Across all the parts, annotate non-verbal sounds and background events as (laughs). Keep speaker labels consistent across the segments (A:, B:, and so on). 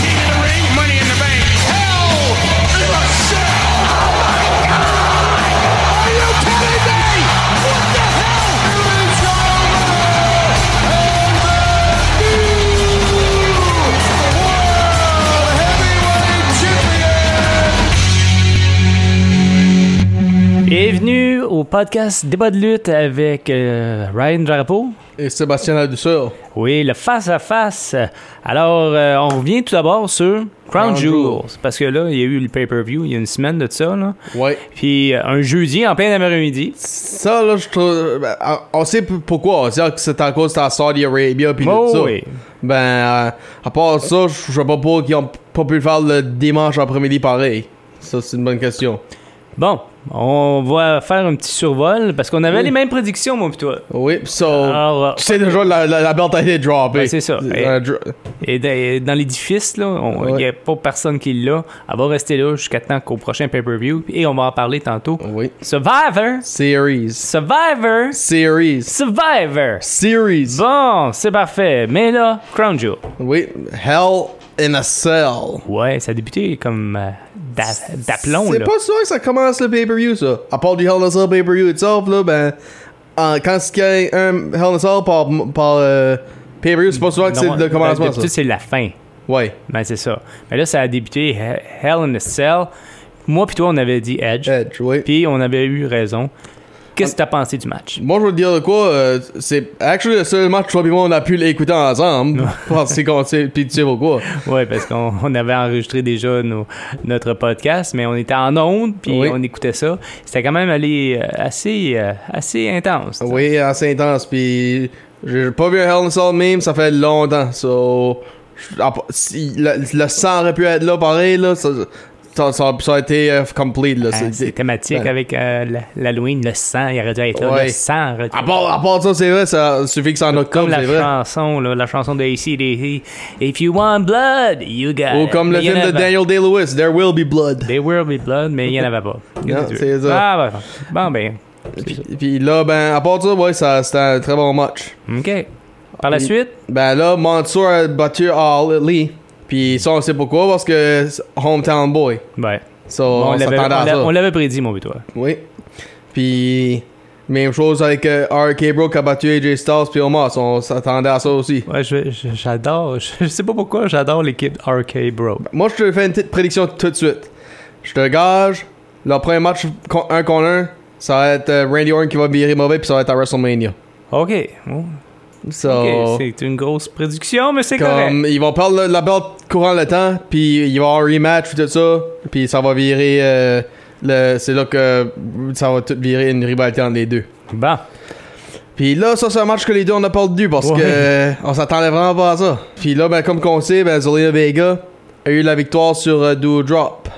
A: King of the Ring, Money in the Bank. Hell in a Cell. Are you kidding me? What the hell?
B: Bienvenue au podcast Débat de lutte avec euh, Ryan Drapeau.
C: Et Sébastien Ladussure.
B: Oui, le face-à-face. Alors, euh, on revient tout d'abord sur Crown,
C: Crown
B: Jewels.
C: Jewels.
B: Parce que là, il y a eu le pay-per-view il y a une semaine de ça. Là.
C: Ouais.
B: Puis euh, un jeudi en plein après-midi.
C: Ça, là, je trouve. ben, on sait p- pourquoi. On sait que c'est à cause de la Saudi Arabia puis
B: Oh,
C: tout ça.
B: oui.
C: Ben, euh, à part ça, je je sais pas pourquoi ils ont pas pu le faire le dimanche après-midi pareil. Ça, c'est une bonne question.
B: Bon, on va faire un petit survol parce qu'on avait
C: Oui.
B: les mêmes prédictions, moi, pis toi.
C: Oui, pis ça.
B: Alors, euh,
C: tu sais déjà, la, la, la belt a été droppée.
B: Ben, c'est ça.
C: Euh,
B: Et-
C: dr-
B: Et dans dans l'édifice, là, on- il
C: Ouais.
B: n'y a pas personne qui l'a. Elle va rester là jusqu'à temps qu'au prochain pay-per-view. Et on va en parler tantôt.
C: Oui.
B: Survivor!
C: Series.
B: Survivor!
C: Series.
B: Survivor!
C: Series.
B: Bon, c'est parfait. Mais là, Crown Jewel.
C: Oui. Hell in a Cell.
B: Ouais, ça a débuté comme euh, d'a- d'aplomb,
C: C'est
B: là.
C: pas sûr que ça commence le pay-per-view, ça. À part du Hell in a Cell pay-per-view itself, Uh, là, ben. en- quand il y a un um, Hell in a Cell par, par euh, pay-per-view, c'est pas souvent que c'est
B: Non,
C: le commencement,
B: d'habitude,
C: ça.
B: c'est la fin.
C: Ouais.
B: Ben, c'est ça. Mais là, ça a débuté He- Hell in a Cell. Moi puis toi, on avait dit Edge.
C: Edge, oui.
B: Puis on avait eu raison. Qu'est-ce que t'as pensé du match?
C: Moi, je veux te dire de quoi, euh, c'est actually le seul match, toi et moi, on a pu l'écouter ensemble. Parce que qu'on sait, pis tu sais pourquoi.
B: Oui, parce qu'on (laughs) on avait enregistré déjà nos- notre podcast, mais on était en ondes, puis
C: Oui.
B: on écoutait ça. C'était quand même allé euh, assez, euh, assez intense.
C: Oui, assez intense, pis j'ai pas vu un Hell in a Cell même, ça fait longtemps, so. je- à part- Si, le, le sang aurait pu être là, pareil, là, ça, ça, ça, ça a été euh, complete, là.
B: Ah,
C: c'est-
B: C'est thématique
C: ben.
B: avec euh, la- l'Halloween, le sang, il aurait dû être là,
C: Ouais.
B: le sang. aurait dû-
C: À part, à part ça, c'est vrai, ça suffit que ça en octobre,
B: comme la
C: c'est vrai.
B: chanson, là, la chanson de ACDC. If you want blood, you got
C: Ou
B: it.
C: comme le
B: euh, Mais il y en
C: film de
B: avait-
C: Daniel Day-Lewis, There Will Be Blood.
B: There will be blood, mais il n'y en avait pas. Il y en a
C: (laughs) Non,
B: deux.
C: c'est ça.
B: Ah, ben, bon, ben. c'est ça.
C: Puis là, ben, à part ça, ouais, ça, c'était un très bon match.
B: OK. Par la
C: Il-
B: suite,
C: Ben là, Mansour a battu Ali. Puis ça, on sait pourquoi, parce que c'est Hometown Boy.
B: ouais.
C: So,
B: on
C: Oh, on
B: l'avait-
C: s'attendait
B: on
C: à
B: l'a-
C: ça.
B: on l'avait prédit, mon but, toi.
C: Oui. Puis, même chose avec euh, RK Bro qui a battu AJ Styles puis Omos. On s'attendait à ça aussi.
B: Ouais, je- je- j'adore. Je, je sais pas pourquoi, j'adore l'équipe RK Bro.
C: Moi, je te fais une petite prédiction tout de suite. Je te gage, le premier match con- un contre un, ça va être euh, Randy Orton qui va virer mauvais, puis ça va être à WrestleMania.
B: OK. Oh,
C: So,
B: OK. C'est une grosse prédiction, mais c'est correct.
C: comme, ils vont perdre le- la belt courant le temps, puis il va y avoir un rematch, puis tout ça, puis ça va virer. euh, le- c'est là que ça va tout virer une rivalité entre les deux.
B: Bon.
C: Puis là, ça, c'est un match que les deux, on a perdu parce
B: Ouais.
C: que euh, on s'attendait vraiment pas à ça. Puis là, ben, comme qu'on sait, ben, Zelina Vega a eu la victoire sur euh, Do Drop.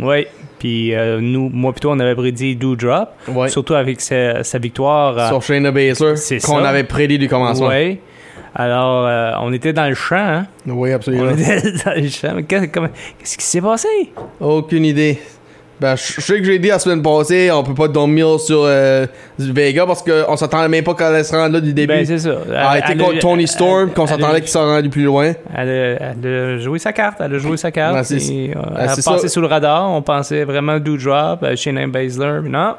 B: Oui. Puis euh, nous, moi plutôt, on avait prédit Doudrop.
C: Ouais.
B: Surtout avec sa, sa victoire. euh,
C: sur Shayna Baszler
B: c'est
C: qu'on
B: ça.
C: avait prédit du commencement.
B: ouais. Alors, euh, on était dans le champ. Hein?
C: Oui,
B: On
C: absolument.
B: était (laughs) dans le champ. Qu'est- comment- Qu'est-ce qui s'est passé?
C: Aucune idée. Ben, je je sais que j'ai dit la semaine passée, on peut pas dormir sur euh, Vega parce qu'on s'attendait même pas qu'elle se rende là du début. Ah,
B: Ben, c'est ça.
C: elle a été contre Tony Storm,
B: elle-
C: qu'on
B: elle-
C: s'attendait qu'il s'en rendu plus loin.
B: Elle, a- elle a joué sa carte, elle a joué sa carte.
C: Ben, c'est-
B: et, euh,
C: ben,
B: elle a
C: c'est
B: passé
C: ça.
B: sous le radar. On pensait vraiment Doudrop, euh, Shayna Baszler. mais Non,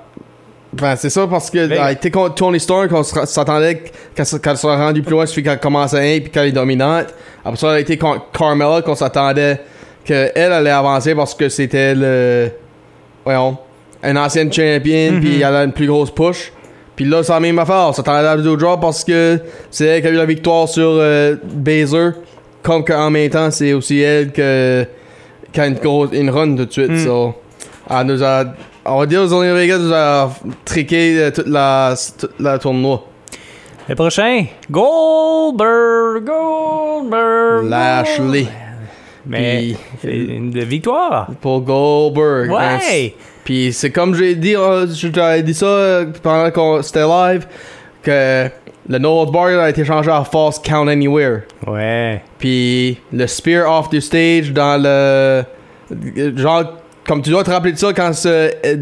C: Ben, c'est ça parce qu'elle
B: Ben-
C: a été contre Tony Storm, qu'on se- s'attendait qu'elle se- qu'elle soit rendue plus loin, suffit qu'elle commence à 1 puis qu'elle est dominante. Après ça, elle a été contre Carmella, qu'on s'attendait qu'elle allait avancer parce que c'était le. Voyons. Une ancienne champion, puis elle a une plus grosse push. Puis là, c'est la même affaire. On s'attendait à Doudrop parce que c'est elle qui a eu la victoire sur euh, Baszler. Comme qu'en même temps, c'est aussi elle que, qui a une, grosse, une run tout de suite. so. Elle nous a. On va dire aux Only Vegas nous a triqué euh, toute la, toute la tournoi.
B: Le prochain, Goldberg, Goldberg.
C: Lashley
B: Mais
C: Puis-
B: c'est une de victoire.
C: pour Goldberg. Hein,
B: Ouais.
C: c- Puis c'est comme j'ai dit, euh, je t'avais dit ça euh, pendant qu'on c'était live, que Le No Hold Bar a été changé à False Count Anywhere.
B: Ouais.
C: Puis le Spear Off the Stage dans le. Genre, comme tu dois te rappeler de ça quand ce- euh,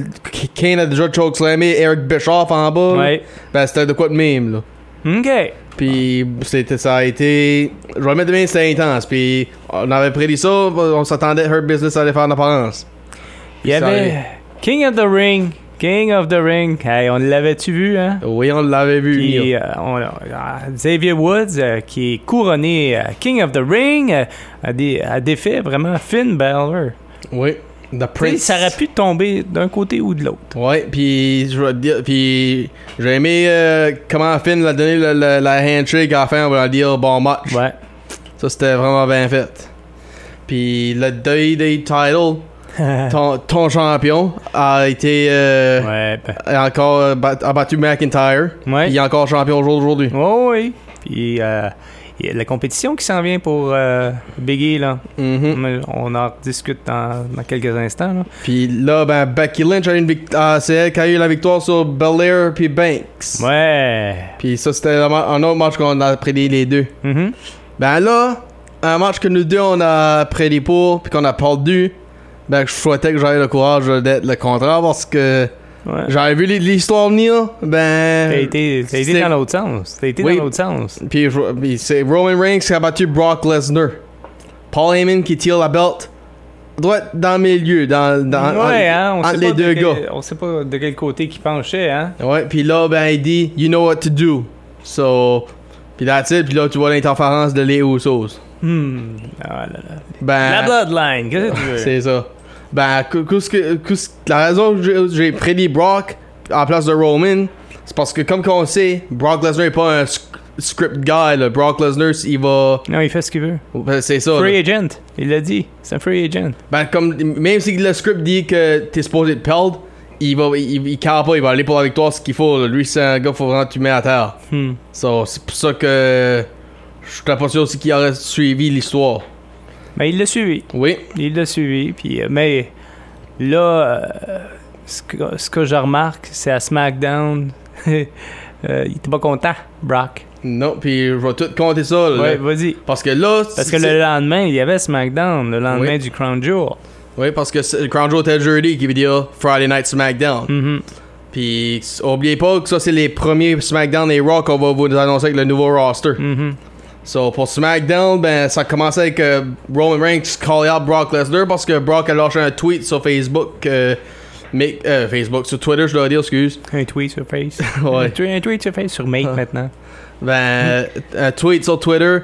C: Kane a déjà chokeslammé Eric Bischoff en bas. là.
B: Ouais.
C: Ben, c'était de quoi de même, là.
B: OK.
C: Puis c'était, ça a été. Je vais le mettre de même, c'était intense. Puis on avait prédit ça, on s'attendait Her Business allait faire une apparence.
B: Il y
C: Ça
B: avait King of the Ring. King of the Ring. Hey, on l'avait-tu vu, hein?
C: Oui, on l'avait vu.
B: Puis,
C: venir.
B: euh, on- euh, Xavier Woods, euh, qui est couronné euh, King of the Ring, euh, a, dé- a défait vraiment Finn Balor.
C: Oui. The
B: Tu sais,
C: Prince.
B: Ça aurait pu tomber d'un côté ou de l'autre.
C: Ouais, puis je vais te dire, puis j'ai aimé euh, comment Finn l'a donné le- le- la handshake à la fin, on va dire bon match.
B: Ouais.
C: Ça c'était vraiment bien fait. Puis le WWE title, ton, ton champion a été
B: (laughs)
C: euh,
B: ouais. ben,
C: a encore euh, bat- a battu McIntyre.
B: Ouais.
C: Puis Il est encore champion au jour d'aujourd'hui.
B: Oh oui. Puis euh, il y a la compétition qui s'en vient pour euh, Big E, là.
C: Mhm.
B: Mais On en discute dans, dans quelques instants. Là.
C: Puis là ben Becky Lynch a eu une victoire, c'est elle qui a eu la victoire sur Belair puis Banks.
B: Ouais.
C: Puis ça c'était un un autre match qu'on a prédit les deux.
B: Mhm.
C: Ben là, un match que nous deux on a prédit pour puis qu'on a perdu, ben je souhaitais que j'avais le courage d'être le contraire parce que
B: Ouais.
C: j'avais vu l'histoire venir, ben.
B: T'as été, t'as été
C: c'est-
B: dans l'autre sens. T'as été
C: Oui.
B: dans l'autre sens.
C: Puis je- puis c'est Roman Reigns qui a battu Brock Lesnar. Paul Heyman qui tire la belt droite dans le milieu, dans, dans
B: ouais,
C: en-
B: hein, on
C: entre
B: sait
C: les
B: pas de
C: deux
B: quel-
C: gars.
B: On sait pas de quel côté qui penchait, hein?
C: Ouais, puis là, ben il dit, you know what to do. So, puis that's it, puis là tu vois l'interférence de les Usos.
B: Hmm. Ah là là.
C: Ben.
B: La Bloodline, qu'est-ce que tu veux?
C: C'est ça. Ben, cou- cou- ce que- cou- ce- la raison que j'ai- j'ai prédit Brock en place de Roman, c'est parce que, comme qu'on sait, Brock Lesnar est pas un sc- script guy. Là. Brock Lesnar, il va.
B: Non, il fait ce qu'il veut.
C: ben, c'est ça.
B: Free
C: là.
B: agent, il l'a dit. C'est un free agent.
C: Ben, comme, même si le script dit que t'es supposé être perdre, il va. Il, il, carre pas, il va aller pour la victoire ce qu'il faut. là. Lui, c'est un gars, faut vraiment que tu mets à terre.
B: Hmm.
C: So, c'est pour ça que. Je suis pas sûr aussi qu'il aurait suivi l'histoire.
B: Mais il l'a suivi.
C: Oui.
B: Il l'a suivi. Puis, euh, mais là, euh, ce, que, ce que je remarque, c'est à SmackDown, (laughs) euh, il était pas content, Brock.
C: Non, puis je vais tout compter ça. là.
B: Ouais, vas-y.
C: Parce que là.
B: Parce que
C: c'est-
B: le lendemain, il y avait SmackDown, le lendemain
C: Oui.
B: du Crown Jewel.
C: Oui, parce que c'est- Crown Jewel était jeudi qui veut dire Friday Night SmackDown.
B: Mhm.
C: Puis s- oubliez pas que ça c'est les premiers SmackDown et Raw qu'on va vous annoncer avec le nouveau roster.
B: Mhm.
C: So pour SmackDown, ben ça commençait avec euh, Roman Reigns call out Brock Lesnar parce que Brock a lâché un tweet sur Facebook. euh, mais, euh, Facebook, sur Twitter, je dois dire, excuse.
B: Un tweet sur Face.
C: (laughs) Ouais. Ah.
B: un, tweet, un tweet sur Face sur Mate maintenant.
C: Ben, un tweet sur uh, Twitter.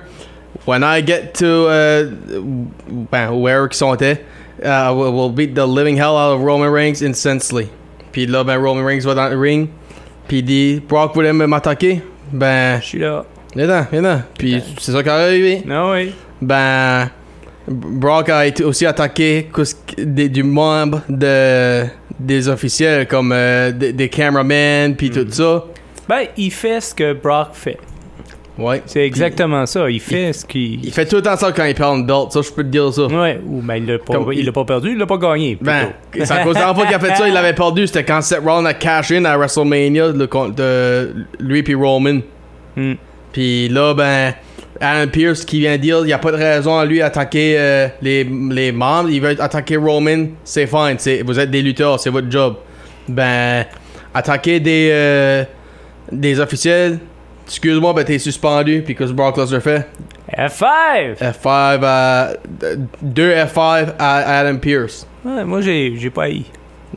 C: When I get to uh, ben, where qu'ils sont était, uh, we'll, we'll beat the living hell out of Roman Reigns incensely. Puis là, ben Roman Reigns va dans le ring. Puis il dit, Brock voulait me m'attaquer. Ben,
B: Je suis là.
C: viens-en, viens-en. Puis c'est ça qui est arrivé.
B: Non, Ah oui.
C: Ben, Brock a été aussi attaqué cause des, du membre de, des officiels comme euh, des, des cameramen puis
B: Mm-hmm.
C: tout ça.
B: Ben, il fait ce que Brock fait.
C: Ouais.
B: C'est exactement ça. Il fait ce qu'il.
C: Il fait tout le temps ça quand il perd une belt, ça je peux te dire ça.
B: Ouais, ou ben, il l'a pas,
C: Comme-
B: il l'a pas perdu, il l'a pas gagné. plutôt.
C: Ben, c'est à cause de la dernière fois qu'il a fait ça, il l'avait perdu. C'était quand Seth Rollins a cash in à WrestleMania le, contre euh, lui puis Roman.
B: Hmm.
C: Puis là, ben, Alan Pierce qui vient dire il n'y a pas de raison à lui d'attaquer euh, les, les membres. Il veut attaquer Roman, c'est fine. c'est- Vous êtes des lutteurs, c'est votre job. Ben, attaquer des, euh, des officiels, excuse-moi, ben t'es suspendu. Puis qu'est-ce que Brock Lesnar fait
B: F5!
C: F5 à. 2 F5 à uh, Adam Pierce.
B: Ouais, moi, j'ai j'ai pas haï.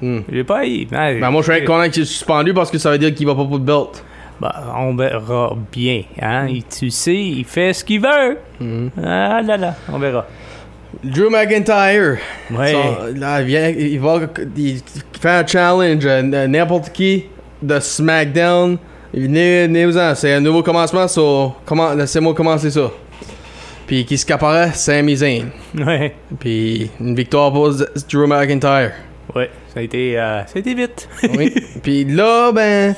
C: Hmm.
B: J'ai pas haï. Ben,
C: Ben moi je serais content qu'il est suspendu parce que ça veut dire qu'il va pas pour le belt.
B: ben, on verra bien. Hein? Il- tu sais, il fait ce qu'il veut.
C: Hmm.
B: Ah là là, on verra.
C: Drew McIntyre.
B: Ouais.
C: Ça, là, il, vient- il va il fait un challenge à n- à n'importe qui de SmackDown. Venez, venez-vous-en, c'est un nouveau commencement, so, comment, laissez-moi commencer ça. Puis qui se caparait, Sami Zayn.
B: Ouais.
C: Puis une victoire pour Z- Drew McIntyre.
B: Ouais. Ça a été, euh, ça a été vite. (laughs)
C: Oui. Puis là, ben,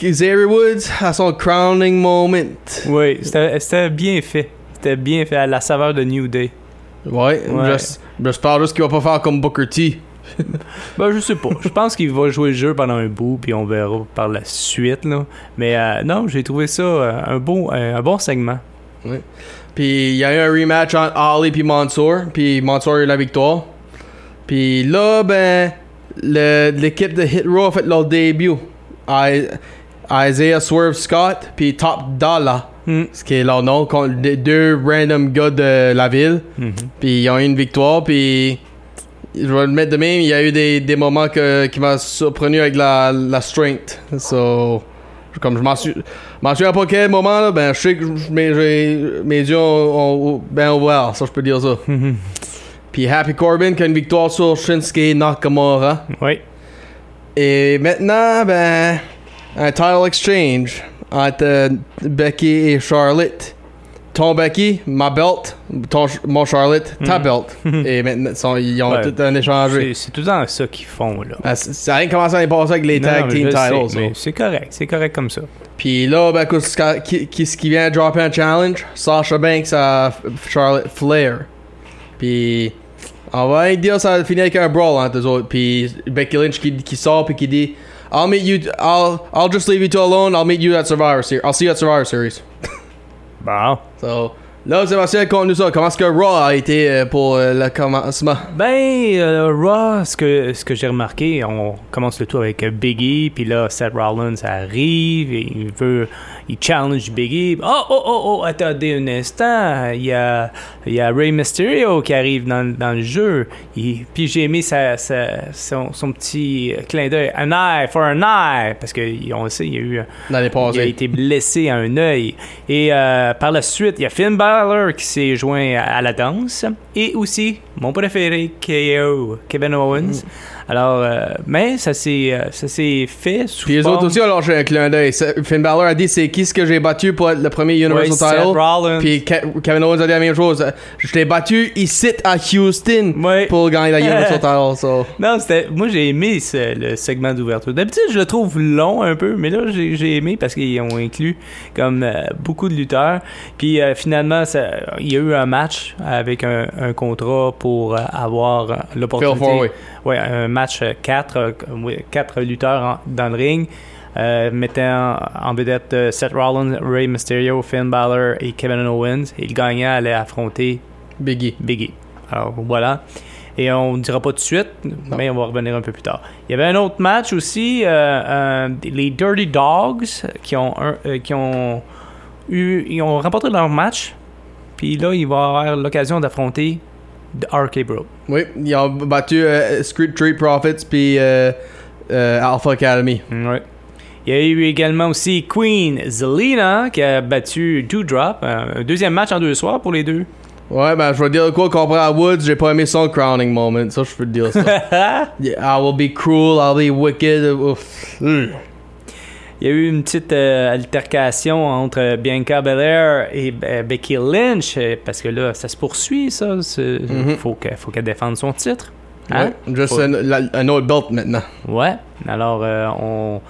C: Xavier Woods a son crowning moment. (laughs)
B: oui, c'était c'était bien fait. C'était bien fait à la saveur de New Day.
C: Ouais,
B: Ouais.
C: j'es- j'espère juste qu'il va pas faire comme Booker T.
B: Ben, je sais pas. Je pense qu'il va jouer le jeu pendant un bout, puis on verra par la suite. Là. Mais euh, non, j'ai trouvé ça euh, un, beau, un, un bon segment.
C: Puis il y a eu un rematch entre Ali puis Mansour. Puis Mansour a eu la victoire. Puis là, ben, le- l'équipe de Hit Row a fait leur début. I- Isaiah Swerve Scott puis Top Dollar,
B: Mm.
C: ce qui est leur nom, contre les deux random gars de la ville.
B: Mhm.
C: Puis ils ont eu une victoire. Puis je vais le mettre de même. Il y a eu des, des moments que, qui m'ont surpris avec la, la strength. So, je- comme je m'en suis, je m'en souviens pas quel moment là, ben je sais que je- mes, j'ai- mes yeux ont, ont- ben ouvert. Ça, je peux dire ça.
B: Mhm.
C: Puis Happy Corbin qui a une victoire sur Shinsuke Nakamura.
B: Oui.
C: Et maintenant, ben, un title exchange entre euh, Becky et Charlotte. Ton Becky, ma belt, ton, mon Charlotte, ta belt. Et maintenant, ils sont- ils ont
B: Ouais.
C: tout un échangé.
B: C'est c'est tout le temps ça qu'ils font. Là.
C: Ah, c- Ça a rien commencé l'année passée avec les
B: Non,
C: tag
B: non, mais
C: team
B: je sais,
C: titles. oh.
B: mais
C: là.
B: C'est correct. C'est correct comme ça.
C: Puis là, ben, qu'est-ce qu'a- qui- qu'est-ce qui vient dropper un challenge? Sasha Banks à F- Charlotte Flair. Puis on va rien dire, ça finit avec un brawl entre eux autres. Puis Becky Lynch qui, qui sort puis qui dit I'll meet you, I'll, I'll just leave you two alone, I'll meet you at Survivor Series. I'll see you at Survivor Series.
B: Bon.
C: So, là, Sébastien, compte-nous ça. Comment est-ce que Raw a été euh, pour euh, le commencement?
B: Ben, euh, Raw, ce que, ce que j'ai remarqué, on commence le tout avec euh, Biggie, puis là, Seth Rollins arrive, et il veut, il challenge Biggie. Oh, oh, oh, oh, attendez un instant, il y a, il y a Rey Mysterio qui arrive dans, dans le jeu. Il- puis j'ai aimé sa, sa- son, son petit clin d'œil, an eye for an eye, parce que on le sait, il y a eu. euh,
C: L'année
B: il a
C: passée.
B: été blessé à un œil. Et euh, par la suite, il y a Finn Balor qui s'est joint à, à la danse. Et aussi, mon préféré, KO, Kevin Owens.
C: Mm.
B: Alors, euh, mais ça s'est euh, ça s'est fait sous
C: Puis les
B: forme-
C: autres aussi ont lâché un clin d'œil. C'est- Finn Balor a dit c'est qui ce que j'ai battu pour être le premier
B: Ouais,
C: Universal
B: Seth
C: Title.
B: Rollins.
C: Puis Ke- Kevin Owens a dit la même chose. Je t'ai battu ici à Houston
B: Ouais.
C: pour gagner
B: (laughs)
C: la Universal Title. So.
B: Non, c'était. Moi, j'ai aimé ce- le segment d'ouverture. D'habitude, je le trouve long un peu, mais là, j'ai j'ai aimé parce qu'ils ont inclus comme euh, beaucoup de lutteurs. Puis euh, finalement, ça- il y a eu un match avec un, un contrat pour euh, avoir euh, l'opportunité.
C: Fair four-way.
B: Ouais, un match euh, 4 quatre lutteurs en- dans le ring. euh, mettant en vedette euh, Seth Rollins, Rey Mysterio, Finn Balor et Kevin Owens. Et le gagnant allait affronter
C: Biggie.
B: Biggie. Alors voilà. Et on ne dira pas tout de suite, mais on va revenir un peu plus tard. Il y avait un autre match aussi, euh, euh, les Dirty Dogs, qui ont, un- euh, qui ont eu, ils ont remporté leur match. Puis là, il va avoir l'occasion d'affronter The RK Bro.
C: Oui, ils ont battu euh, Script Tree Profits puis euh, euh, Alpha Academy.
B: Ouais. Il y a eu également aussi Queen Zelina qui a battu Doudrop. Un deuxième match en deux soirs pour les deux.
C: Ouais, ben je vais dire quoi comparé à Woods, j'ai pas aimé son crowning moment. Ça, je peux te dire ça.
B: (laughs)
C: Yeah, I will be cruel, I'll be wicked. Ouf. Mm.
B: Il y a eu une petite euh, altercation entre Bianca Belair et euh, Becky Lynch, euh, parce que là, ça se poursuit, ça. Il faut qu'elle faut qu'elle défende son titre. Hein?
C: Ouais, juste
B: Faut-
C: un, la- un autre belt maintenant.
B: Ouais. Alors, euh, on...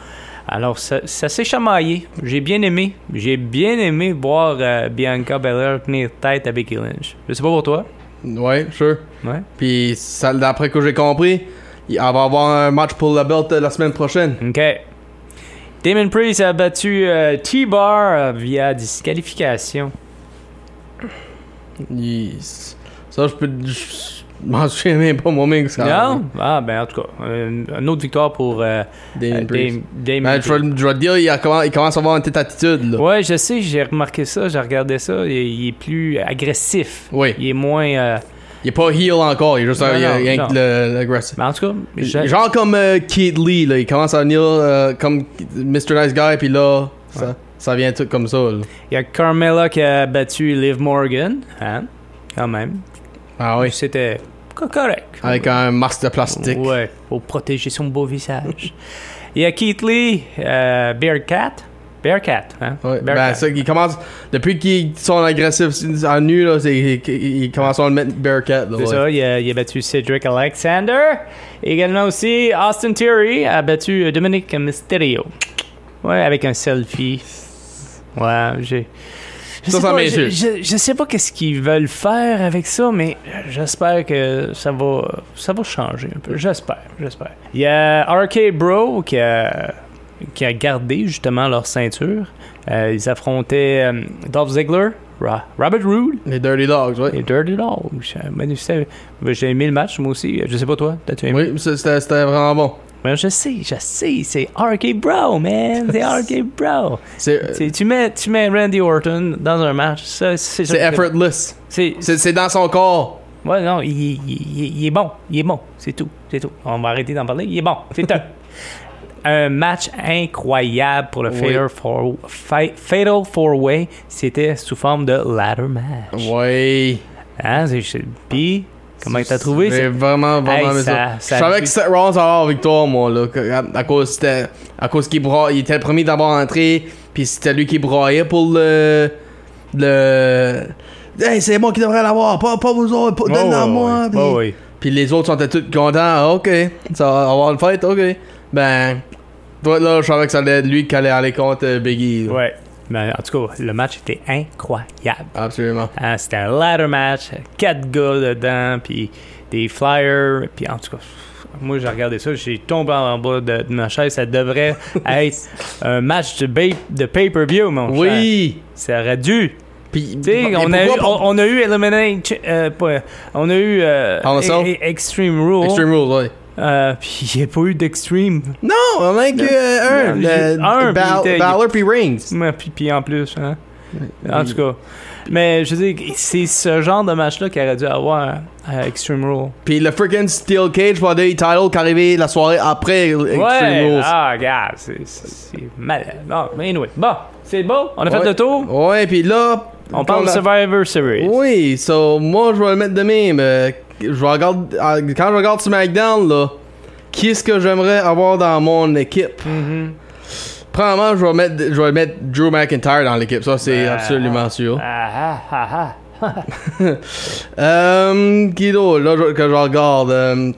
B: Alors ça, ça s'est chamaillé. J'ai bien aimé. J'ai bien aimé voir euh, Bianca Belair tenir tête à Becky Lynch. Je sais pas pour toi.
C: Ouais, sure.
B: Ouais.
C: Puis, ça, d'après que j'ai compris, il- elle va avoir un match pour la belt euh, la semaine prochaine.
B: OK. Damon Priest a battu euh, T-Bar euh, via disqualification.
C: Il- Ça, je peux. Je m'en souviens même pas moi-même. que ça-
B: Non? Ah, ben en tout cas, une, une autre victoire pour euh,
C: Damien
B: euh,
C: Priest.
B: Dam- Damien
C: Ben, je,
B: Priest.
C: vais, je vais te dire, il, a commen- il commence à avoir une petite attitude. Là.
B: Ouais, je sais, j'ai remarqué ça, j'ai regardé ça. Il, il est plus agressif.
C: Oui.
B: Il est moins. euh,
C: Il est pas heel encore, il est juste
B: Non,
C: un, il
B: non,
C: a- rien
B: non.
C: que le- l'agressif.
B: Mais en tout cas, je-
C: Genre comme euh, Keith Lee, là, il commence à venir euh, comme Mr. Nice Guy, puis là, ça, ça vient tout comme ça. là.
B: il y a Carmella qui a battu Liv Morgan. Hein? Quand même.
C: Ah oui.
B: C'était co- correct.
C: Avec un masque de plastique.
B: Ouais, pour protéger son beau visage. Il y a Keith Lee, euh, Bearcat. Bearcat, hein?
C: Ouais,
B: Bearcat.
C: ben ça, il commence. Depuis qu'ils sont agressifs en nu, là, c'est, ils, ils commencent à le mettre Bearcat. Là,
B: C'est
C: ouais.
B: ça, il a, il a battu Cedric Alexander. Également aussi, Austin Theory a battu euh, Dominic Mysterio. Ouais, avec un selfie. Ouais, j'ai. Je
C: Ça,
B: sais
C: ça
B: pas, je,
C: m'insulte.
B: je, je sais pas qu'est-ce qu'ils veulent faire avec ça, mais j'espère que ça va, ça va changer un peu. J'espère, j'espère. Il y a RK Bro qui a, qui a gardé justement leur ceinture. Euh, ils affrontaient euh, Dolph Ziggler, Ra- Robert Roode
C: Les Dirty Dogs, ouais.
B: et Dirty Dog. J'ai aimé le match, moi aussi. Je sais pas toi, t'as-tu aimé?
C: Oui, ça, c'était c'était vraiment bon.
B: Mais je sais, je sais, c'est RK Bro, man!
C: (laughs)
B: C'est RK Bro!
C: C'est euh,
B: Tu- tu, mets, tu mets Randy Orton dans un match, ça, c'est sûr
C: c'est
B: que-
C: effortless.
B: c'est-
C: C'est c'est dans son corps.
B: Ouais, non, il, il- il- il est bon. Il est bon. C'est tout. C'est tout. On va arrêter d'en parler. Il est bon. C'est tout. (laughs) un match incroyable pour le
C: Oui.
B: Fatal, four, Fa- Fatal Four Way. C'était sous forme de ladder match.
C: Oui.
B: Hein, c'est- c'est- Puis, comment t'as trouvé
C: J'ai
B: ça?
C: vraiment, vraiment
B: Hey,
C: aimé
B: ça-
C: ça.
B: ça-
C: Je savais que Seth Rollins allait avoir victoire, moi, là. que- À, à cause, c'était- à cause qu'il bra... il était le premier d'abord entré, puis c'était lui qui broyait pour le. Le. Hey, c'est moi qui devrais l'avoir, pas, pas vous autres, pas- donne-la à moi. puis-
B: Oh, oui.
C: Puis les autres sont tous contents. Ah, ok, ça va avoir une fête, ok. Ben, toi là, je savais que ça allait être lui qui allait aller contre euh, Biggie. là.
B: Oh, Ouais. Mais en tout cas, le match était incroyable.
C: Absolument.
B: Hein, c'était un ladder match, quatre gars dedans, puis des flyers, puis en tout cas, pff, moi j'ai regardé ça, j'ai tombé en bas de, de ma chaise, ça
C: (laughs)
B: devrait être un match de, ba- de pay-per-view, mon cher.
C: Oui!
B: Ça aurait dû.
C: Puis,
B: Tu sais,
C: mais
B: on, a eu-
C: pourquoi pas-
B: on, on a eu Eliminate, Ch- euh, pas- on a eu euh,
C: Hell in a Cell?
B: E- E- Extreme Rule,
C: Extreme Rules, ouais.
B: euh, puis il n'y a pas eu d'Extreme.
C: Non, on a que euh, un.
B: Non,
C: le-
B: j'ai- un,
C: Bal-
B: puis il était- Mm.
C: Balor puis Reigns.
B: Ouais, Puis, puis en plus, hein. En tout cas. Mais je veux dire, c'est ce genre de match-là qu'il aurait dû avoir à Extreme Rule.
C: Puis le freaking Steel Cage pour des title qui est arrivé la soirée après Extreme
B: ouais,
C: Rules.
B: Ah, regarde, c'est- c'est c'est malade. Bon, mais anyway, bon, c'est beau, on a fait
C: Ouais.
B: le tour.
C: Ouais, puis là.
B: On parle de
C: a-
B: Survivor Series.
C: Oui, so moi je vais le mettre de même. Euh, je regarde, euh, quand je regarde SmackDown, là, qui est-ce que j'aimerais avoir dans mon équipe
B: Mhm.
C: Premièrement, je vais mettre, je vais mettre Drew McIntyre dans l'équipe, ça c'est
B: Ah.
C: absolument sûr.
B: Ah, ah, ah, ah.
C: Euh, qui d'autre là je- que je regarde euh,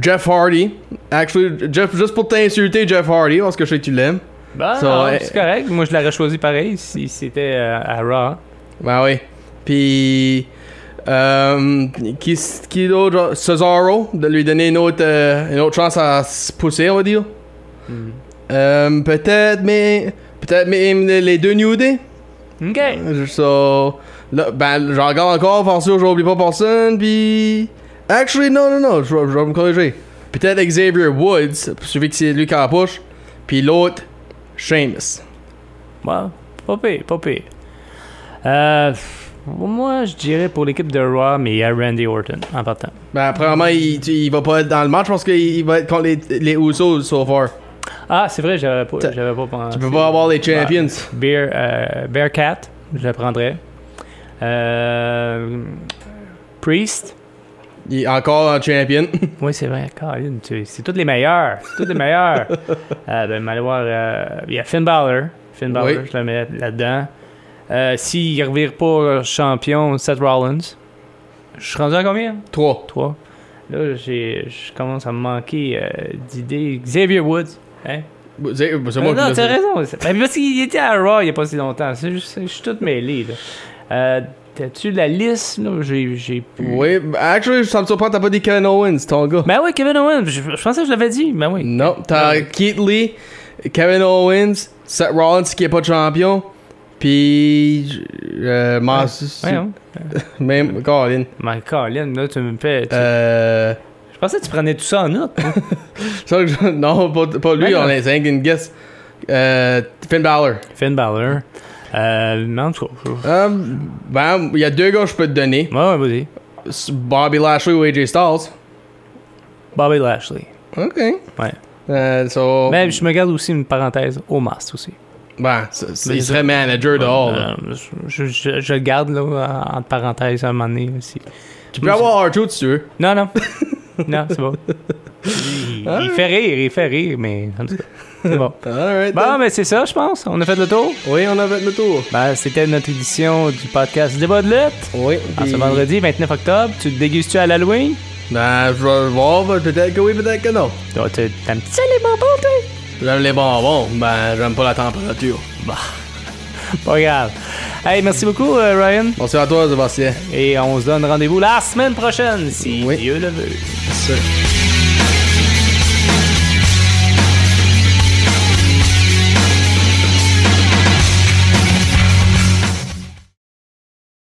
C: Jeff Hardy. Actually, Jeff, juste pour t'insulter, Jeff Hardy, parce que je sais que tu l'aimes.
B: Bon,
C: Ça,
B: non,
C: ouais.
B: c'est correct. Moi, je l'aurais choisi pareil si c'était euh, à Raw.
C: Ben oui. Puis. Euh, qui, qui d'autre Cesaro, de lui donner une autre, euh, une autre chance à se pousser, on va dire. Euh, peut-être, mais. Peut-être même les les deux New Day.
B: OK.
C: So, là, ben, j'en regarde encore, pour sûr, j'oublie pas personne, puis. Actually, non, non, non, je vais je vais me corriger. Peut-être Xavier Woods, suffit que c'est lui qui en push. Puis l'autre, Sheamus.
B: Bon, pas pire, pas pire. Euh, pff, moi, je dirais pour l'équipe de Raw, mais il y a Randy Orton en partant.
C: Ben, premièrement, il, tu- il va pas être dans le match parce qu'il va être contre les, les Usos so far.
B: Ah, c'est vrai, j'avais pas,
C: T'as-
B: j'avais pas pensé.
C: Tu peux pas avoir les champions.
B: Bear, euh, Bearcat, je le prendrais. Euh, Priest.
C: Il est encore un champion. (laughs)
B: Oui, c'est vrai. Caroline, tu- c'est toutes les meilleures. C'est toutes les
C: (laughs)
B: meilleures. Euh, ben, allez voir. euh, Il y a Finn Balor. Finn Balor,
C: Oui.
B: je le mets là-dedans. Euh, S'il ne revire pas champion, Seth Rollins. Je suis rendu à combien
C: 3.
B: Trois. Là, j'ai- je commence à me manquer euh, d'idées. Xavier Woods. Hein?
C: C'est moi
B: Euh, non,
C: qui
B: t'as
C: l'ai fait.
B: raison. Ben, parce qu'il était à Raw il n'y a pas si longtemps. C'est juste- Je suis tout mêlé. Là. Euh, T'as-tu la liste? là? J'ai j'ai plus.
C: Oui, ben, actually, ça me surprend, t'as pas dit Kevin Owens, ton gars.
B: Ben oui, Kevin Owens. Je, je pensais que je l'avais dit. Ben oui.
C: Non, t'as Keith Lee, Kevin Owens, Seth Rollins qui est pas champion, puis. Euh, Mas-
B: Ouais, hein?
C: Même, Colin.
B: Mais Colin, là, tu me fais. tu-
C: Euh.
B: Je pensais que tu prenais tout ça en note.
C: ça que (laughs) je- non, pas, pas lui,
B: Ben,
C: on
B: non.
C: est 5 une guess. Euh, (laughs) Finn Balor.
B: Finn Balor. Euh, mais en tout cas. je- Ouais,
C: Euh, ben, il y a deux gars que je peux te donner.
B: ouais, vas-y.
C: Bobby Lashley ou AJ Styles.
B: Bobby Lashley.
C: Ok.
B: Ouais.
C: Euh, so,
B: Mais je me garde aussi une parenthèse au Mast aussi.
C: ben, c- c- il serait manager dehors. là.
B: Euh, je, je, je le garde là, en- entre parenthèses à un moment donné aussi.
C: Tu peux avoir R2 si tu veux.
B: Non, non. (laughs) non, c'est bon. Il, il fait rire, il fait rire, mais en tout cas, c'est bon.
C: Alright.
B: Bon, mais c'est ça, je pense. On a fait le tour.
C: Oui, on a fait le tour.
B: Ben, c'était notre édition du podcast Débat de lutte.
C: Oui.
B: En
C: puis-
B: ce vendredi 29 octobre, tu te dégustes-tu à l'Halloween?
C: Ben, je vais voir. ben, Peut-être que oui, peut-être que non.
B: Toi, tu- T'aimes ça les bonbons, toi? (laughs)
C: J'aime les bonbons. Ben, j'aime pas la température.
B: Pas grave. Hey, merci beaucoup, euh, Ryan.
C: Merci à toi, Sébastien.
B: Et on se donne rendez-vous la semaine prochaine, si
C: Oui.
B: Dieu le veut.
C: Merci.